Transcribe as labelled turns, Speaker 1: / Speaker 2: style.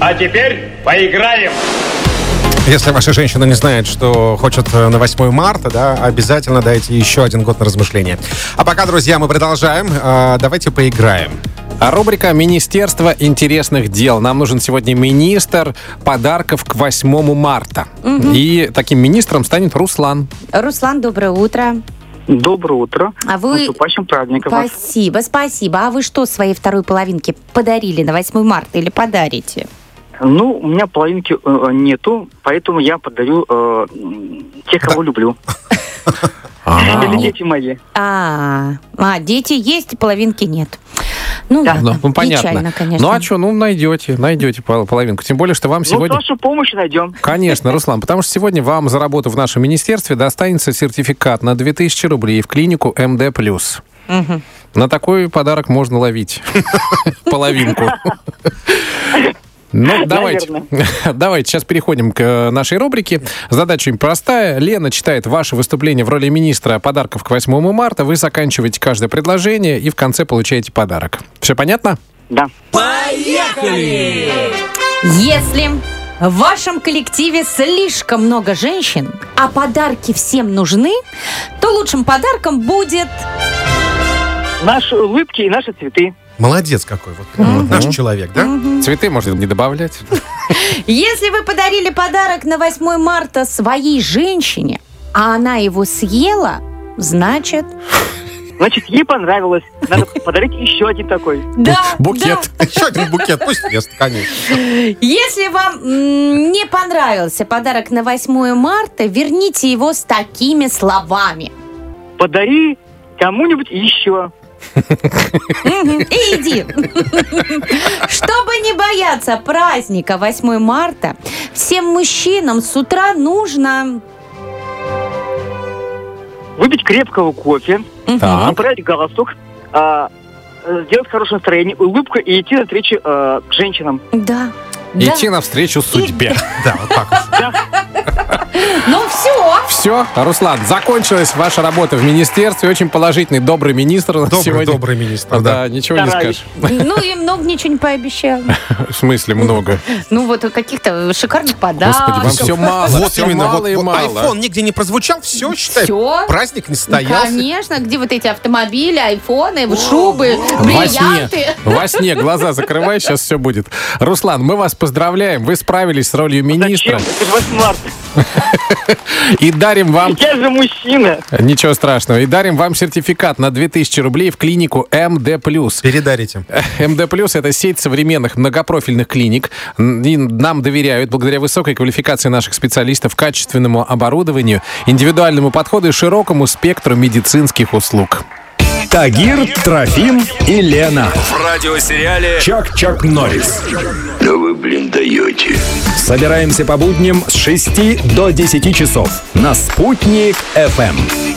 Speaker 1: А теперь поиграем!
Speaker 2: Если ваша женщина не знает, что хочет э, на 8 марта, да, обязательно дайте еще один год на размышление. А пока, друзья, мы продолжаем. А, давайте поиграем.
Speaker 3: А Рубрика «Министерство интересных дел». Нам нужен сегодня министр подарков к 8 марта. И таким министром станет Руслан.
Speaker 4: Руслан, доброе утро.
Speaker 5: Доброе утро.
Speaker 4: А вы-
Speaker 5: С наступающим праздником. вас.
Speaker 4: Спасибо, спасибо. А вы что своей второй половинке подарили на 8 марта или подарите?
Speaker 5: Ну, у меня половинки э, нету, поэтому я подарю э, м, тех,
Speaker 3: А.
Speaker 5: кого люблю. Или дети мои. Ну,
Speaker 4: А, а, дети есть, половинки нет. Ну,
Speaker 5: Да.
Speaker 4: ладно.
Speaker 3: Ну, ну, понятно.
Speaker 4: Печально, конечно.
Speaker 3: Ну, а что, ну, найдете, найдете пол- половинку. Тем более, что вам
Speaker 5: Ну,
Speaker 3: сегодня...
Speaker 5: нашу помощь найдем.
Speaker 3: Конечно, Руслан, потому что сегодня вам за работу в нашем министерстве достанется сертификат на 2000 рублей в клинику МД+.
Speaker 4: Мгм.
Speaker 3: На такой подарок можно ловить. Половинку. Ну, давайте. Давайте, сейчас переходим к э, нашей рубрике. Задача им простая. Лена читает ваше выступление в роли министра подарков к 8 марта. Вы заканчиваете каждое предложение и в конце получаете подарок. Все понятно?
Speaker 5: Да.
Speaker 4: Если в вашем коллективе слишком много женщин, а подарки всем нужны, то лучшим подарком будет...
Speaker 5: Наши улыбки и наши цветы.
Speaker 2: Молодец какой, вот прям вот наш человек, да?
Speaker 3: Цветы можно не добавлять.
Speaker 4: Если вы подарили подарок на 8 марта своей женщине, а она его съела, значит...
Speaker 5: Значит, ей понравилось. Надо подарить еще один такой.
Speaker 4: Да, да.
Speaker 3: Букет.
Speaker 2: Еще один букет, пусть ест, конечно.
Speaker 4: Если вам м, не понравился подарок на 8 марта, верните его с такими словами.
Speaker 5: Подари кому-нибудь еще.
Speaker 4: Мгм. И иди. Чтобы не бояться праздника 8 марта, всем мужчинам с утра нужно...
Speaker 5: Выпить крепкого кофе.
Speaker 4: Мгм.
Speaker 3: Так.
Speaker 5: Поправить галстук. а, э, Сделать хорошее настроение, улыбку и идти навстречу э, к женщинам.
Speaker 4: Да. Да.
Speaker 3: Идти навстречу судьбе.
Speaker 2: Да, вот так. вот.
Speaker 4: Ну все.
Speaker 3: Все, Руслан, закончилась ваша работа в министерстве. Очень положительный, добрый министр у нас
Speaker 2: Добрый,
Speaker 3: сегодня.
Speaker 2: добрый министр, да.
Speaker 3: Да, ничего не
Speaker 5: Стараюсь.
Speaker 3: скажешь.
Speaker 4: Ну и много ничего не пообещал.
Speaker 3: В смысле много?
Speaker 4: Ну вот каких-то шикарных
Speaker 3: Господи, вам
Speaker 4: подарков.
Speaker 3: все мало, все мало и
Speaker 2: вот
Speaker 3: мало.
Speaker 2: iPhone нигде не прозвучал, все, считай,
Speaker 4: Всё. Ну,
Speaker 2: праздник не стоялся.
Speaker 4: Конечно, где вот эти автомобили, айфоны, шубы,
Speaker 3: Во сне,
Speaker 4: бриллианты.
Speaker 3: во сне глаза закрывай, сейчас все будет. Руслан, мы вас поздравляем, вы справились с ролью министра
Speaker 5: Зачем? Это же 8 марта.
Speaker 3: и дарим вам,
Speaker 5: Я же мужчина.
Speaker 3: ничего страшного, и дарим вам сертификат на 2000 рублей в клинику МД+.
Speaker 2: Передарите.
Speaker 3: МД Плюс – это сеть современных многопрофильных клиник. Н- и Нам доверяют благодаря высокой квалификации наших специалистов, качественному оборудованию, индивидуальному подходу и широкому спектру медицинских услуг.
Speaker 6: Тагир, Трофим и Лена.
Speaker 7: В радиосериале
Speaker 6: Чак-Чак Норрис.
Speaker 8: Да вы, блин, даете.
Speaker 6: Собираемся по будням с 6 до 10 часов на «Спутник ФМ».